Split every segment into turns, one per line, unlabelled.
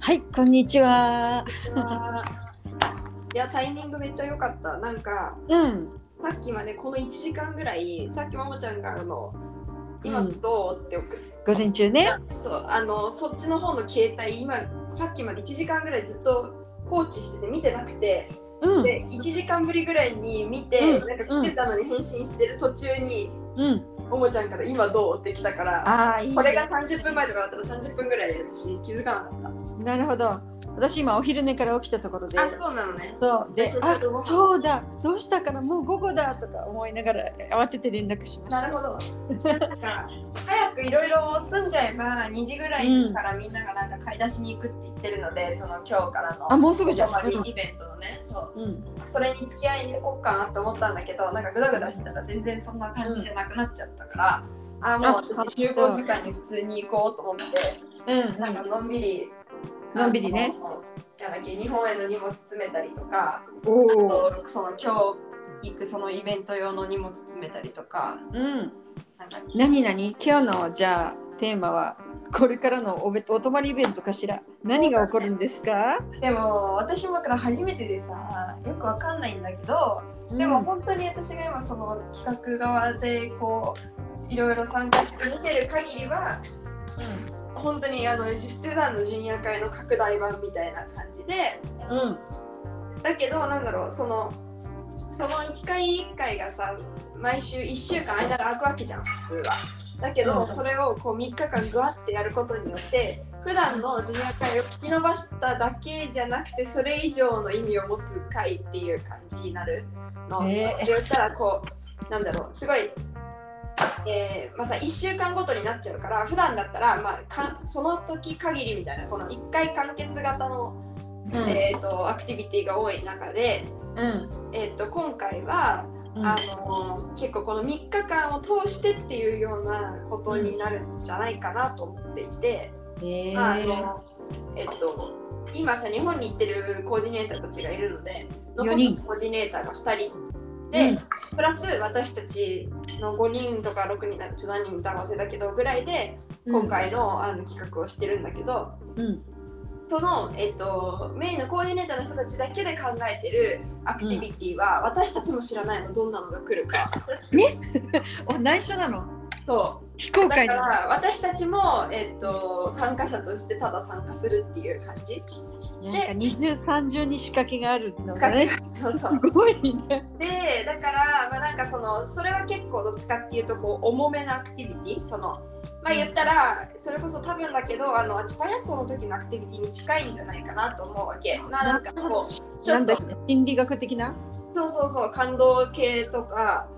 はい、こんにちは。
いやタイミングめっちゃ良かったなんか
うん。
さっきまでこの1時間ぐらいさっきももちゃんがあの今どうって送っ
午前中ね。
そうあのそっちの方の携帯今さっきまで1時間ぐらいずっと放置してて見てなくて
うん。
で1時間ぶりぐらいに見て、
うん
なんか来てたのに返信してる途中に、
うん。
ももちゃんから今どうって来たから
ああ、いいね。
これが30分前とかだったら30分ぐらい私気づかなかっ
なるほど。私今お昼寝から起きたところで
た。あそうなのね
そうで
私もちょ
あ
っとご飯
そうだどうしたからもう午後だとか思いながら慌てて連絡しました
なるほどなんか早くいろいろ済んじゃえば2時ぐらいからみんながなんか買い出しに行くって言ってるので、その今日からの
あもうすぐじゃん
泊まりイベントのねそう
うん
それに付き合いに行こうかなと思ったんだけどなんかグダグダしてたら全然そんな感じじゃなくなっちゃったから、あもう私集合時間に普通に行こうと思って
うん
なんかのんびり
のんびりね
あのなんだっけ日本への荷物詰めたりとか
お
あ
お
とその今日行くそのイベント用の荷物詰めたりとか
うん
なんか
何何今日のじゃあテーマはこれからのおべお泊まりイベントかしら何が起こるんですか
でも私もだから初めてでさよくわかんないんだけどでも本当に私が今その企画側でこういろいろ参加して見てる限りは本当にあのステダンのジュニア会の拡大版みたいな感じで
うんうん
だけどなんだろうそのその1回1回がさ毎週1週間間が空くわけじゃん普通は。だけ
う
ど
ん
それをこう3日間ぐわってやることによって普段のジュニア会を引き伸ばしただけじゃなくてそれ以上の意味を持つ会っていう感じになるの。
ねえ
で言ったらこうなんだろうすごいえーまあ、さ1週間ごとになっちゃうから普段だったら、まあ、かその時限りみたいなこの1回完結型の、
うん
えー、とアクティビティが多い中で、
うん
えー、と今回は、あの結構この3日間を通してっていうようなことになるんじゃないかなと思っていて、
へえ
まああのえっと、今さ日本に行ってるコーディネーターたちがいるので残
四
り
人
のコーディネーターが2人で、プラス私たちの5人とか6人ちょっと何人いたか忘れたけどぐらいで今回の,、あの企画をしてるんだけど
うん
その、えっと、メインのコーディネーターの人たちだけで考えてるアクティビティは、私たちも知らないのどんなのが来るか。
お内緒なの
そう
非公
だ
開
か
なの
ら私たちも、えっと、参加者としてただ参加するっていう感じ。
なんか二重三重に仕掛けがあるのが
か
ね
そうそう
すごいね
でだから、まあ、なんかそのそれは結構どっちかっていうとこう重めなアクティビティそのまあ言ったらそれこそ多分だけどあのアチパリアスソの時のアクティビティに近いんじゃないかなと思うわけ。まあなんかこうち
な
ょ
ん
っ
だ
と
っけ心理学的な
そうそうそう感動系とか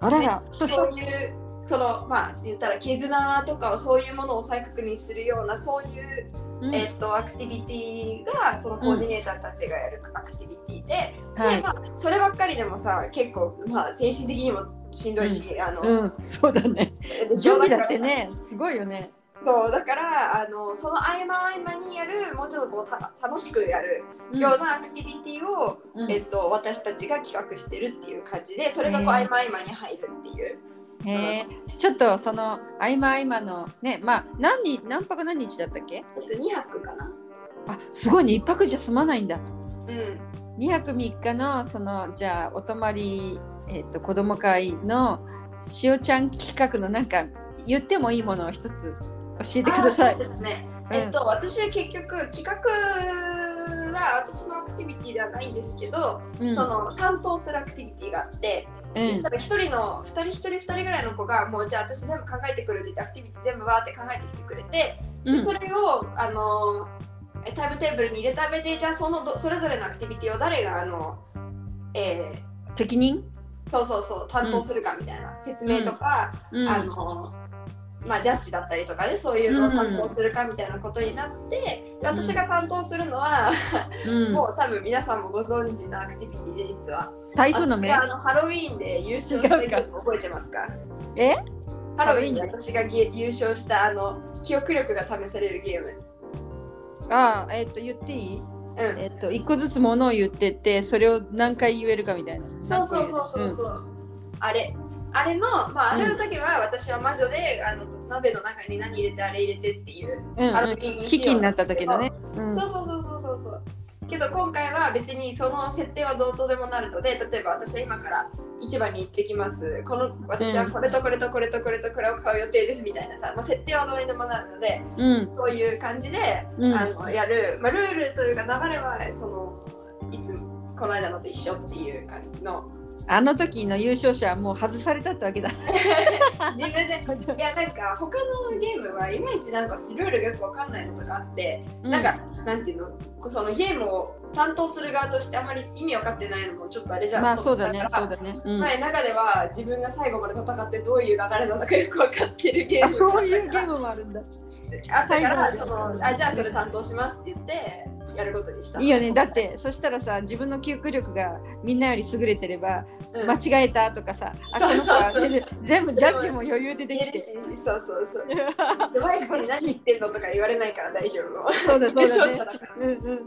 あらら
そういうそのまあ言ったら絆とかをそういうものを再確認するようなそういう、
うん
えっとアクティビティがそのコーディネーターたちがやるアクティビティで、
は
で
い
まあ、そればっかりでもさ結構、まあ、精神的にもしんどいし、あの
うんそうだね
でし
準
ょ
備だってねすごいよね
そうだからあのその合間合間にやるもうちょっとこうた楽しくやる
うん
ようなアクティビティを、
うん
えっと、私たちが企画してるっていう感じでそれがこう合
へえ
間合間に入るっていう。
へーちょっとその合間合間のねまあ何日何泊何日だったっけ
えっと、2泊かな、
あすごいね一泊じゃ済まないんだ
うん、
2泊3日のそのじゃあお泊まり、えっと子供会のしおちゃん企画のなんか言ってもいいものを一つ教えてください
あーそうですね。
うん
えっと、私は結局企画は私のアクティビティではないんですけど、
うん
その担当するアクティビティがあって、
う
言っ
ん
ただ一人の二人一人二人ぐらいの子がもうじゃあ私全部考えてくるって言ってアクティビティ全部わーって考えてきてくれて、
う
で
ん
それをあのータイムテーブルに入れた上でじゃあそのどそれぞれのアクティビティを誰があの、え
責任
ーそうそうそう担当するかみたいな、説明とか、
うん
あのまあ、ジャッジだったりとかねそういうのを担当するかみたいなことになって、で私が担当するのは、
うん
もう多分皆さんもご存知のアクティビティで実は
台風の目
私があのハロウィーンで優勝してるの覚えてますか
え
ハロウィーンで私がゲ優勝したあの記憶力が試されるゲーム、
ああえっと言っていい
うん、
えっと一個ずつものを言ってってそれを何回言えるかみたいな
そうそうそうそううそう、あれあれの、まあ、あれの時は私は魔女で、あの鍋の中に何入れてあれ入れてっていう、
うん
あ
う
の
ん、
時に
危機になった時のね。うん
そうそうそうそうそうそうけど今回は別にその設定はどうとでもなるので例えば私は今から市場に行ってきますこの私はこれとこれとこれとこれとこれを買う予定ですみたいなさ、まあ、設定はどうにでもなるので
うん
そういう感じで、
うん
あのやる、まあ、ルールというか流れはそのいつもこの間のと一緒っていう感じの
あの時の優勝者はもう外されたってわけだ。
自分で いやなんか他のゲームはいまいちなんかルールがよくわかんないことがあってなんか、なんていうのこうそのゲームを担当する側としてあまり意味分かってないのもちょっとあれじ
う
ゃ
ん
ん
まあそうだね
と思っ、た
そ
か
う
ら
だね。うん
はい、中では自分が最後まで戦ってどういう流れなのかよく分かってるゲー
あ
ム
そういうゲームもあるんだ。
あったから
最
そ
後まで
のあじゃあそれ担当しますって言ってやることにした
いいよね。だってそしたらさ自分の記憶力がみんなより優れてれば
うん
間違えたとかさ、あ
そう
こ
そ
の
う
子は
そう
全然全部ジャッジも余裕でで
言
き
える
て。
しそうそうそうでワイクさんに何言ってんのとか言われないから大丈夫
そうだそうだ
勝者
ね。
だから
うんうん。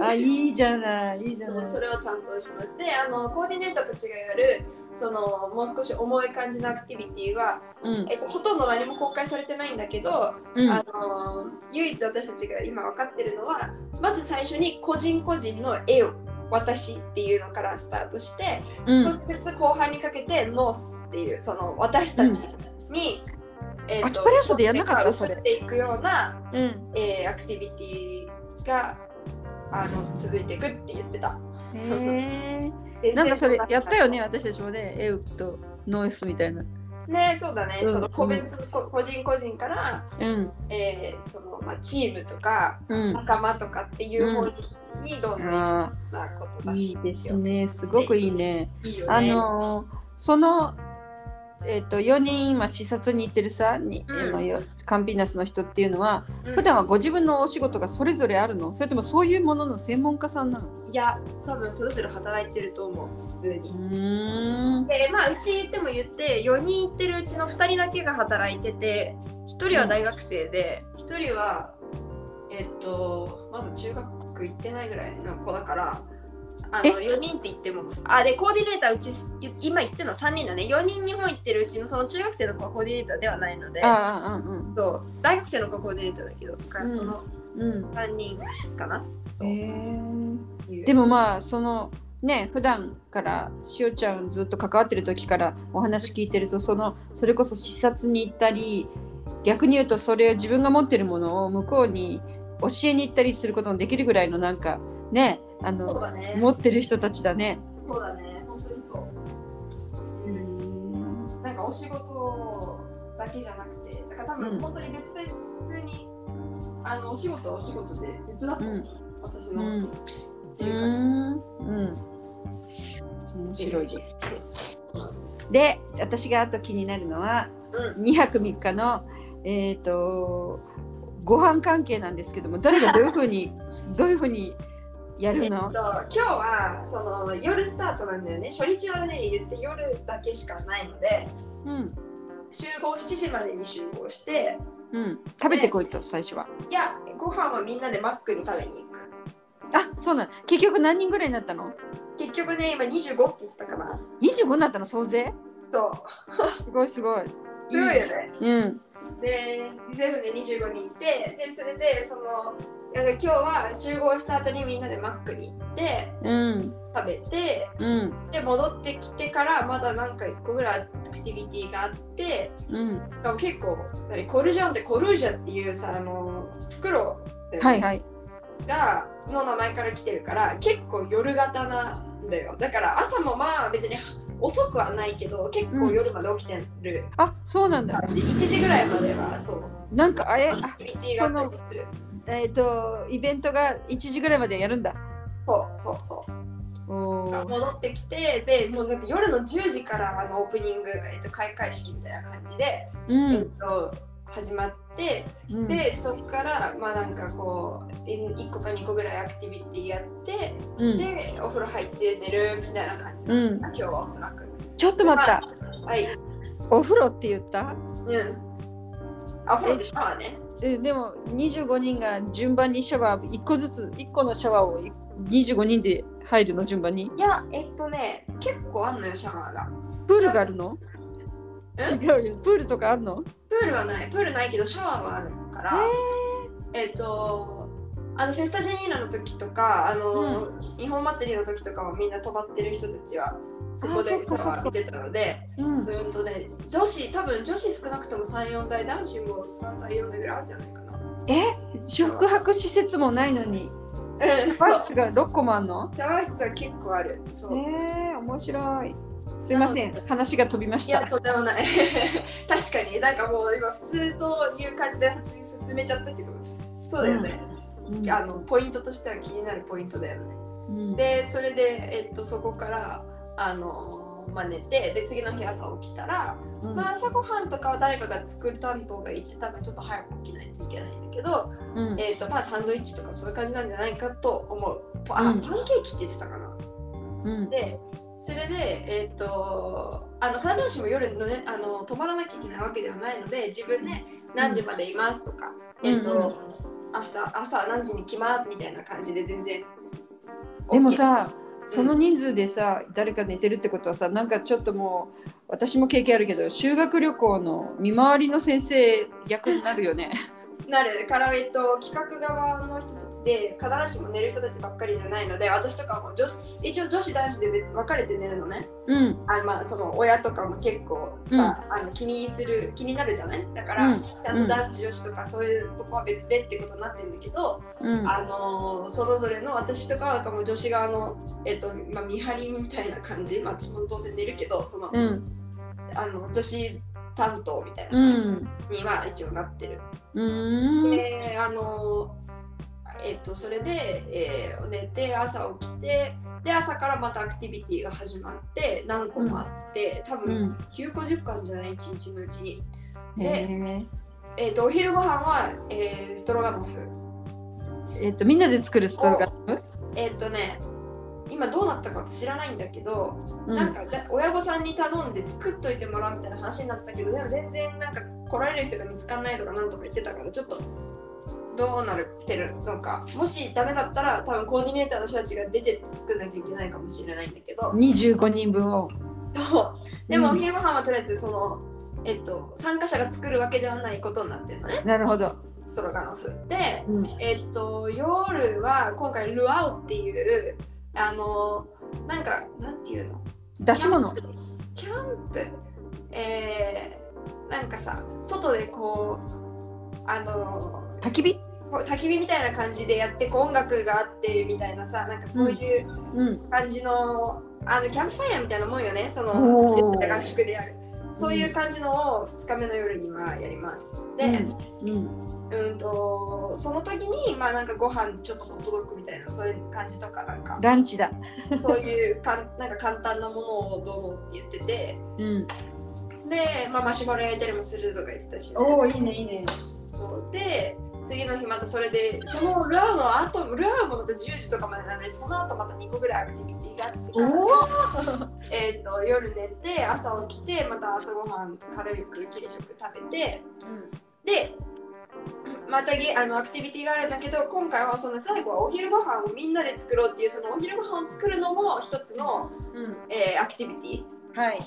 あいいじゃないいいじゃ
でも
ない。
それを担当します。で、あのコーディネーターたちがやるそのもう少し重い感じのアクティビティは、
うん
えっと、ほとんど何も公開されてないんだけど、
うん
あの唯一私たちが今分かってるのはまず最初に個人個人の絵を私っていうのからスタートして、
うん
少しずつ後半にかけてノースっていうその私たちに、え
アキパレストでやんなかったそれ
移っていくような、
うん。
えーアクティビティがあの続いていくって言ってた。
へ
全
え。
然
なんかそれやったよね私たちもねエウとノイスみたいな。
ねそうだね、
うん
その個別こ個人個人から、
うん
えーそのまあ、チームとか
うん。
仲間とかっていう方にどんどん行
あ
くなこと
あ
だ
い
し
いですねすごくいいね。
いいよ
あ
ね
のーそのえっと4人今視察に行ってるさに、
うん
あのよカンピーナスの人っていうのは
うん
普段はご自分のお仕事がそれぞれあるのそれともそういうものの専門家さんなのう
いや多分それぞれ働いてると思う普通に。
ーん
でまあうちでも言って4人行ってるうちの2人だけが働いてて1人は大学生で、1人はえっとまだ中学行ってないぐらいの子だからあの4人って言ってもあでコーディネーターうち今言ってるのは3人だね4人日本行ってるうちのその中学生の子はコーディネーターではないので
あああうん
そう大学生の子はコーディネーターだけどだか
うん
らその
うん
3人かな、そう
へー
いう
でもまあそのね普段からしおちゃんずっと関わってる時からお話聞いてるとそのそれこそ視察に行ったり逆に言うとそれを自分が持ってるものを向こうに教えに行ったりすることもできるぐらいのなんかねあ
そう
の
だね
持ってる人たちだね。
そうだね本当にそう。なんかお仕事だけじゃなくて、だから
うん
多分本当に別で普通に、あのお仕事はお仕事で別だと思う、
うん
私
う
の、
ん
って
う
いう感
ん面白いです。
じです。
で私があと気になるのは
うん、
2泊3日のえっ、とご飯関係なんですけども誰がどういうふう にどういうふうにや
え
る
っと
の、
今日はその夜スタートなんだよね。初日はね、言って夜だけしかないので、
うん
集合7時までに集合して、
うん、食べてこいと最初はい
や、ご飯はみんなでマックに食べに行く。
あそうなの結局何人ぐらいになったの
結局ね、今25って言ってたかな。
25になったの総勢
そう、
すごいすごい
すごいよね。
うん
で全部で25人いてでそれでそのなんか今日は集合した後にみんなでマックに行って
うん
食べて
うん
で戻ってきてからまだなんか1個ぐらいアクティビティがあって
うん
でも結構何コルジョンってコルージャっていうさあの袋だよね
はいはい
がの名前から来てるから結構夜型なんだよだから朝もまあ別に遅くはないけど結構夜まで起きてる
あそうなんだ
感じ、1時ぐらいまではそう
なんかあれ
ア
あ
クティビティがあったりする
えっ、とイベントが1時ぐらいまでやるんだ
そうそうそう
おー
戻ってきてでもうだって夜の10時からあのオープニング、えっと、開会式みたいな感じで、
う
えっ
ん
と、始まって
うん
でそこからまあなんかこう1個か2個ぐらいアクティビティやって
うん
でお風呂入って寝るみたいな感じだ
うん
今日はおそらく。
ちょっと待った
はい。
お風呂って言った
うん。あ、お風呂でシャワーね。
えでも25人が順番にシャワー1個ずつ1個のシャワーをい25人で入るの順番に
いや、えっとね、結構あんのよ、シャワーが。
プールがあるの違うよ。プールとかあるの
プールはないプールないけどシャワーはあるからえっ、とあのフェスタジェニーナの時とかあの、日本祭りの時とかはみんな泊まってる人たちはそこで
あそっか
シャワ
そっ
ー
か
見てたので
うん。
うんとね女子多分女子少なくとも34台男子も3台4台ぐらいあるんじゃないかな。
え宿泊施設もないのに。 シャワー室が6個もあんの
シャワー室は結構ある。そう。
えー、面白い。すいません、話が飛びまし
いや、
た。
とてもない。 確かに、なんかもう今、普通という感じで話進めちゃったけど、そうだよね。
うん
あのポイントとしては気になるポイントだよね。
うん
で、それで、えっと、そこから、あの、まあ、寝て、で、次の日朝起きたら、
うん
まあ、朝ごはんとかは誰かが作る担当がいて、多分ちょっと早く起きないといけないんだけど、
うん
えっと、まあ、サンドイッチとかそういう感じなんじゃないかと思う。あ、
うん
パンケーキって言ってたかな。
うん
でそれでえーっ、とあの必ずしも夜の、ね、あの泊まらなきゃいけないわけではないので自分で何時までいますとか、
うん
えーっ、と、
うん
明日朝何時に来ますみたいな感じで全然
でもさ、その人数でさ、誰か寝てるってことはさ、なんかちょっともう、私も経験あるけど、修学旅行の見回りの先生役になるよね。
OK なるから、えーっと企画側の人たちで必ずしも寝る人たちばっかりじゃないので私とかも女子一応女子男子で分かれて寝るのね
うん。
あまあその親とかも結構さ、あの気にする気になるじゃないだから、
うん
ちゃんと男子女子とかそういうとこは別でってことになってるんだけど、
うん。
あのーそれぞれの私とかはもう女子側の、えっとまあ、見張りみたいな感じ、まあ、私も当然寝るけどその、
うん。
あの女子担当みたいな
う
感
ん。
じには一応なってる。
うーん。
であのーえっとそれで、えー寝て朝起きてで朝からまたアクティビティが始まって何個もあって、多
うん
分9個10個あるんじゃない1日のうちに。で
へ
えっとお昼ご飯は、えーストロガノフ。
ーえっと、みんなで作るストロガノ
えっ、とね今どうなったか知らないんだけど、
フう
なん
ん。
かだ親御さんに頼んで作っといてもらうみたいな話になってたけどでも全然なんか来られる人が見つかんないとかなんとか言ってたからちょっとどうなるってるのかもしダメだったら多分コーディネーターの人たちが出てって作んなきゃいけないかもしれないんだけど
25人分を。
とでも
う
お
ん
昼ご飯はとりあえずその、えっと参加者が作るわけではないことになってるのね
なるほど。
トロガノフで
うん。
えっと夜は今回ルアオっていうあのなんかなんていうの
出し物。
キャンプえー、なんかさ外でこうあの
焚き火
こう焚き火みたいな感じでやってこう音楽があってみたいなさなんかそういう
うん。
感じの,、あのキャンプファイヤーみたいなもんよねそ
おー
の合宿でやるそういう感じのを2日目の夜にはやりますで、
うん。
うんとその時にまあなんかご飯ちょっとホットドッグみたいなそういう感じとかな んか
ランチだ。
そういうかんなんか簡単なものをどうのって言ってて
うん。
で、まあ、マシュマロ焼いたりもするとか言ってたし、
お、いいね、いいね。
そうで次の日またそれでそのルアーの後ルアーもまた10時とかまでなのでその後また2個ぐらいアクティビティがあって
お
から
お。
えー、と夜寝て朝起きてまた朝ごはん軽く軽食食べてでまたげあのアクティビティがあるんだけど今回はその最後はお昼ご飯をみんなで作ろうっていうそのお昼ご飯を作るのも一つの、
うん。
えーアクティビテ
はい。
ィ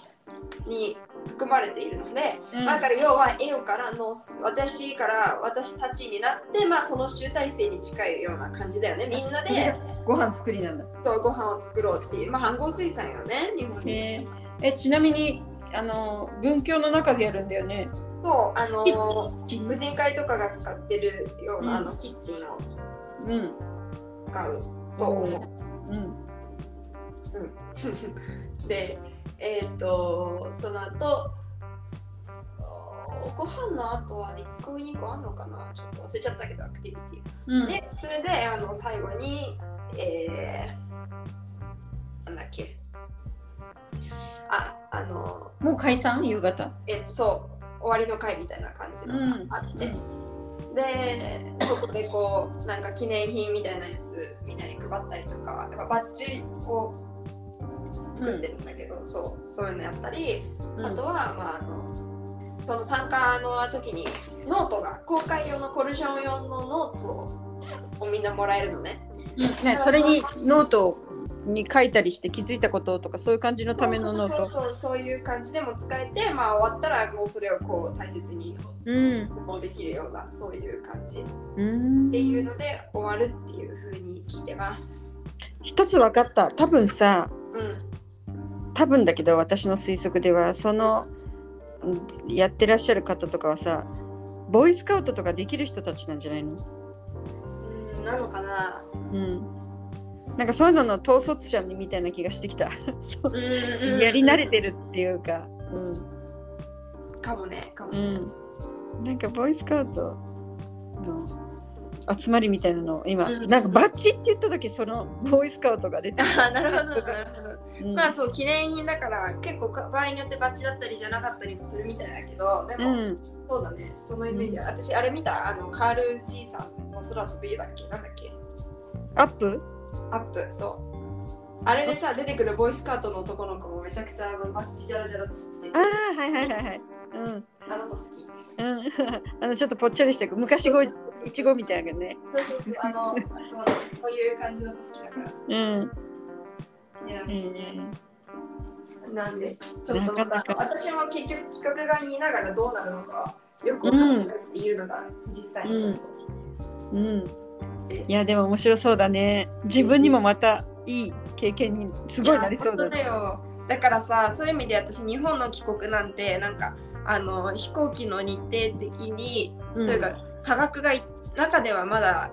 に含まれているので、
うん
だから要は絵をからの私から私たちになって、まあ、その集大成に近いような感じだよねみんなで
ご飯作りなんだ。
そうご飯を作ろうっていう、まあ、飯合水産よね日本に。
へえちなみにあの文教の中でやるんだよね。
そうあの
キ
無人会とかが使ってるような、
うん
あのキッチンを
うん。
使うと思う。
うん。
でえっ、とその後おご飯の後は1個2個あんのかなちょっと忘れちゃったけどアクティビテ
う
ィ
ん。
でそれであの最後にえー、なんだっけああの
もう解散夕方。
えっとそう終わりの会みたいな感じのがあって、でそこでこうなんか記念品みたいなやつみんなに配ったりとかやっぱバッジを作ってるんだけど、そうそういうのやったり、あとは、まあ、あのその参加の時にノートが公開用のコルション用のノートをみんなもらえるのね
ねそれにノートをに書いたりして気づいたこととかそういう感じのためのノー
そう
ト。
そうそうそういう感じでも使えて、まあ、終わったらもうそれをこう大切に
うん。
保存できるようなそういう感じっ
うん
ていうので終わるっていう風に聞いてます。
一つ分かった。多分さ、
うん、
多分だけど私の推測ではそのうんやってらっしゃる方とかはさ、ボーイスカウトとかできる人たちなんじゃないの？
うん、なのかな。
うん。なんかそういうのの統率者みたいな気がしてき た。そう
うん
やり慣れてるっていうか。うん。
かもね。かも
う
ね
ん、なんかボーイスカウトの集まりみたいなのを今、
うん
なんかバッチって言った時そのボーイスカウトが出てる、
あなるほどなるほど。
うん
まあそう記念品だから結構か場合によってバッチだったりじゃなかったりもするみたいだけどでも、
うん、
そうだねそのイメージ、
う
私あれ見たあのカールじいさんの空飛びだっけなんだっけ
アップ
アップそうあれでさ出てくるボーイスカートの男の子もめちゃくちゃあのバッチジャラジャラってつけ
あ
て
あはいはいはいはいうん
あの子好き
うん、あのちょっとぽっちゃりして昔ごいちごみたいなね。
そうそうそうあのそうそういう感じの子好きだから
うん。
ねなんでちょっとま
な
た
かなか
私も結局企画側にいながらどうなるのかよく分かんないっていうのが実際のとこ
うん。
ろです
いやでも面白そうだね。自分にもまたいい経験にすごいなりそうだ
い。や本当だよだからさそういう意味で私日本の帰国なんてなんかあの飛行機の日程的に、
うん
というか差額がい中ではまだ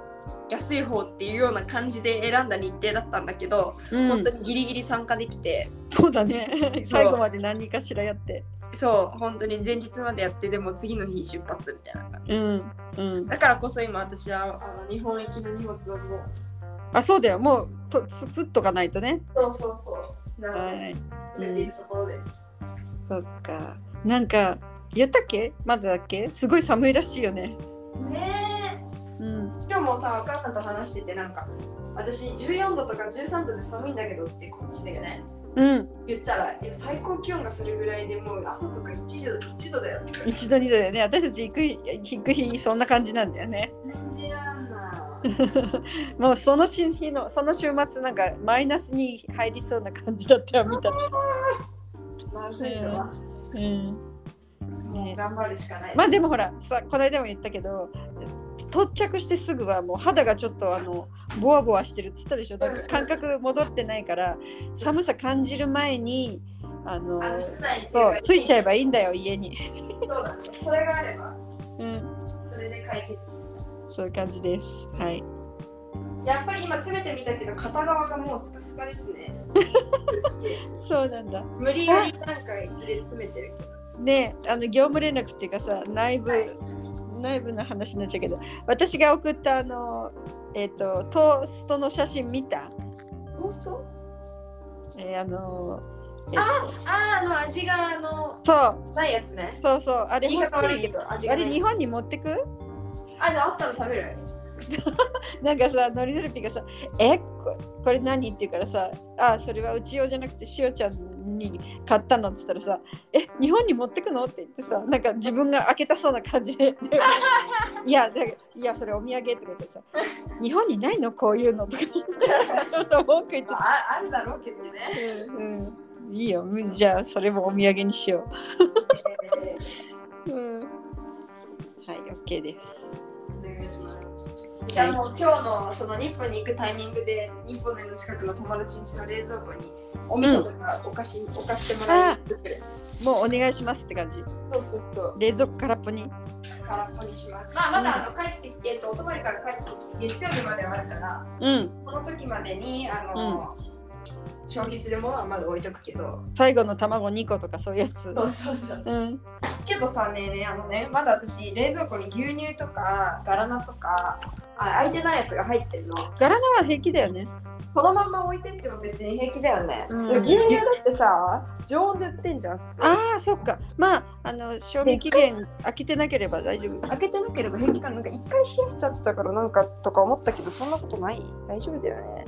安い方っていうような感じで選んだ日程だったんだけど、
うん
本当にギリギリ参加できて
そうだね。最後まで何かしらやって。
そう本当に前日までやってでも次の日出発みたいな感じ
うん。うん。
だからこそ今私はあの日本行きの荷物をもう
あそうだよもうとつつっとかないとね
そうそうそうなの
はい
で出ているところです、
そっかなんか言ったっけまだだっけすごい寒いらしいよね
ねえ
うん
今日もさお母さんと話しててなんか私14度とか13度で寒いんだけどってこっちでね
うん
言ったらいや最高気温がするぐらいでもう朝とか1度 ,1 度だよって
一度二度だよね私たち行く日行く日そんな感じなんだよね
感じなんだ
もうその週日のその週末なんかマイナスに入りそうな感じだったよみたいな
まずいのは、
うん
もう頑張るしかない、
まあでもほらさこの間も言ったけど到着してすぐはもう肌がちょっとあのボワボワしてるっつったでしょだから感覚戻ってないから寒さ感じる前にあの
あの室内に
そうついちゃえ
ば
ばいいんだよ家に、
そうだねそれがあれば
うん、
それで解決
そういう感じですはい
やっぱり今詰めてみたけど片側がもうスカスカですね
そうなんだ
無理やりなんか入れ詰めてるけど
であの業務連絡っていうかさ内部、
はい
内部の話になっちゃうけど私が送ったあのえっ、とトーストの写真見た
トースト
えーあのえ
あーあの味があの
そう
ないやつね。
そうそうあれ
言い方
欲
悪
し
い
い
けど、味
あ
がな
れ日
い。
本に持ってく
あ、でもあったら食べる。
なんかさノリノリピがさ「えここれ何?」って言うからさ「あそれはうち用じゃなくてしおちゃんに買ったの」っつったらさ「え日本に持ってくの?」って言ってさなんか自分が開けたそうな感じで で「いやだいやそれお土産」とか言ってさ「日本にないのこういうの」とか言ってちょっと文句言って
まあ、あるだろうけどね。
た、うんうん、いいようんじゃあそれもお土産にしよ
えー
う、うん、はい OK です
お願いしますじゃあもう今日のその日本に行くタイミングで日本の近くの友達ん家の冷蔵庫にお味噌とかお菓子、お菓子てもらいに行ってくる
もうお願いしますって感じ
そうそうそう
冷蔵庫空っぽに
空っぽにしますまあまだあの帰ってきて、えっと、お泊まりから帰ってきて月曜日まではあるから
うん
この時までにあの、消費するものはまだ置いとくけど
最後の卵2個とかそういうやつ
そうそうそう
うん
けどさねえねえあのねまだ私冷蔵庫に牛乳とかガラナとかあ空いてないやつが入ってるの
ガラナは平気だよね。
そのまんま置いてっても別に平気だよね、
うん
牛乳だってさ常温で売ってんじゃん普通
ああ、そっか。まあ、あの、賞味期限開けてなければ大丈夫。
開けてなければ平気かななんか一回冷やしちゃったからなんかとか思ったけどそんなことない大丈夫だよね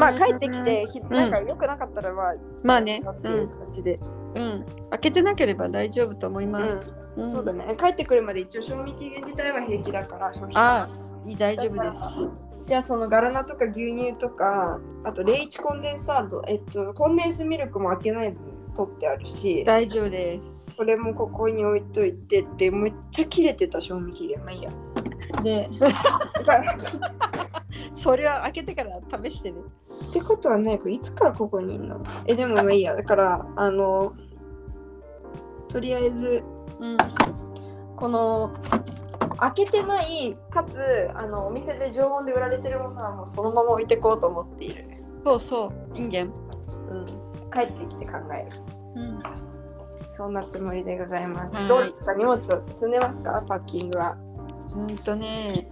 まあ帰ってきてひなんか良くなかったらまあ
まあね
っていう感じで、
うん。開けてなければ大丈夫と思います。
うん
ん
そうだね帰ってくるまで一応賞味期限自体は平気だから消費
ああ、いい大丈夫です。
じゃあそのガラナとか牛乳とかあとレイチコンデンサード、えっと、コンデンスミルクも開けないで取ってあるし
大丈夫です
それもここに置いといてってむっちゃ切れてた賞味期限まあいいやで
それは開けてから試してね
ってことはねこれいつからここにいんのえでもまあいいやだからあのとりあえず
うん
この開けてないかつあのお店で常温で売られてるものはもうそのまま置いてこうと思っている、
そうそういいんじゃん
うん、帰ってきて考える
うん
そんなつもりでございます、
はい
どうですか荷物を進んでますかパッキングは
ほんとね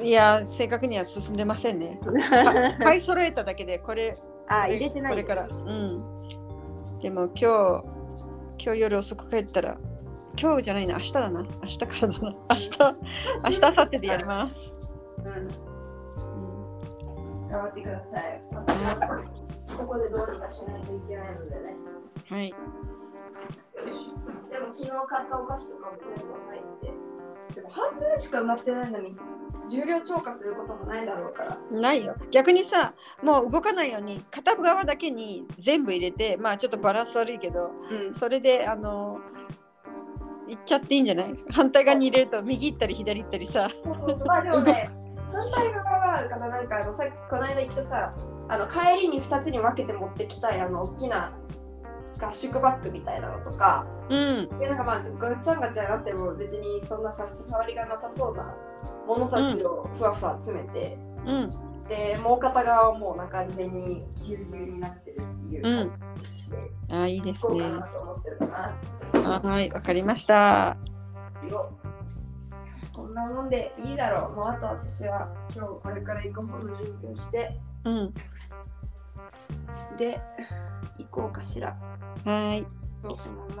いや正確には進んでません ね買い揃えただけでこれ
あ
これ
入れてない
これからうんでも今日今日夜遅く帰ったら今日じゃないな明日だな明日からだな明日明日明後日でやります、
うん
うん
頑張ってください私もここでどうにかしないといけないのでね
はい
でも昨日買ったお菓子とかも全部入ってでも半分しか埋まってないのに重量超過することもないだろうから
ないよ逆にさもう動かないように片側だけに全部入れてまあちょっとバランス悪いけど
うん
それであの行っちゃっていいんじゃない反対側に入れると右行ったり左行ったりさ
そうそうそう。まあでもね、反対側はかななんかあのさっきこの間言ったさ、あの帰りに2つに分けて持ってきたいあの大きな合宿バッグみたいなのとか、
うん
でなんかまあガチャンガチャンなっても別にそんな差し障りがなさそうなものたちをふわふわ詰めて、
うん
でもう片側はもうなんか完全にぎゅうぎゅうになってるっていう感じにして、
あーいいです
そう
ね
かなと思ってます。
はーいわかりました
よこんなもんでいいだろう。もうあと私は今日これから行く方の準備をして。
うん
で行こうかしら。
はーい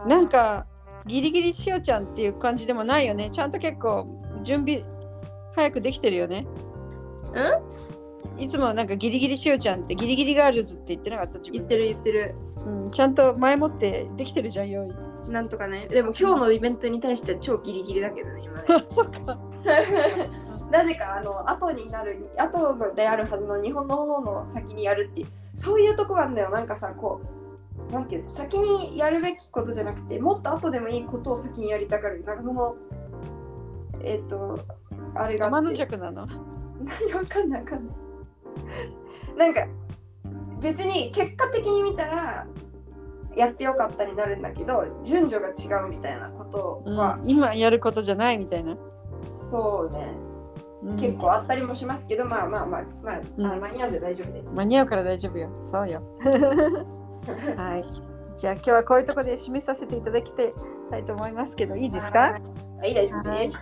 なんかギリギリしおちゃんっていう感じでもないよねちゃんと結構準備早くできてるよねんいつもなんかギリギリしおちゃんってギリギリガールズって言ってなかった自分
言ってる言ってる。
うん、ちゃんと前もってできてるじゃん 用意
なんとかね。でも今日のイベントに対しては超ギリギリだけどね、今ね。
そっか
なぜかあの後になる、後であるはずの日本の方の先にやるっていう、そういうとこなんだよ。なんかさ、こう、なんていうの、先にやるべきことじゃなくて、もっと後でもいいことを先にやりたがる。なんかその、えっ、と、あれがあって。
天の弱なの
何わかんないわかんないなんか別に結果的に見たらやってよかったになるんだけど順序が違うみたいなことは、
うん、今やることじゃないみたいな、
そうね、
うん
結構あったりもしますけどまあまあまあまあ,、
うん
あの間に合うんで大丈夫です
間に合うから大丈夫よそうよはいじゃあ今日はこういうとこで締めさせていただきたいと思いますけどいいですか
はい大丈夫です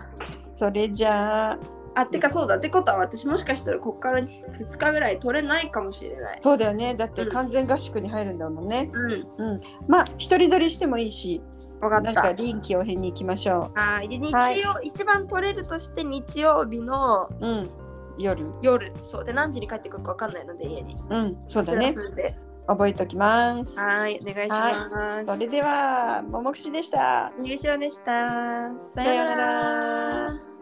それじゃあ
あてかそうだってことは私もしかしたらこっから2日ぐらい取れないかもしれない
そうだよねだって
うん
完全合宿に入るんだもんね、
うん
まあ一人撮りしてもいいし
分か
な
っ
ん
た
か臨機応変に行きましょ
あーで日曜、
はい
一番取れるとして日曜日の
ううん夜
夜そうで何時に帰ってくるかわかんないので家に
うんそうだ
れは
ね
それで
覚えておきます
はい、お願いします。
それではももくしでした
優勝でした。
さ
さ
ようなら。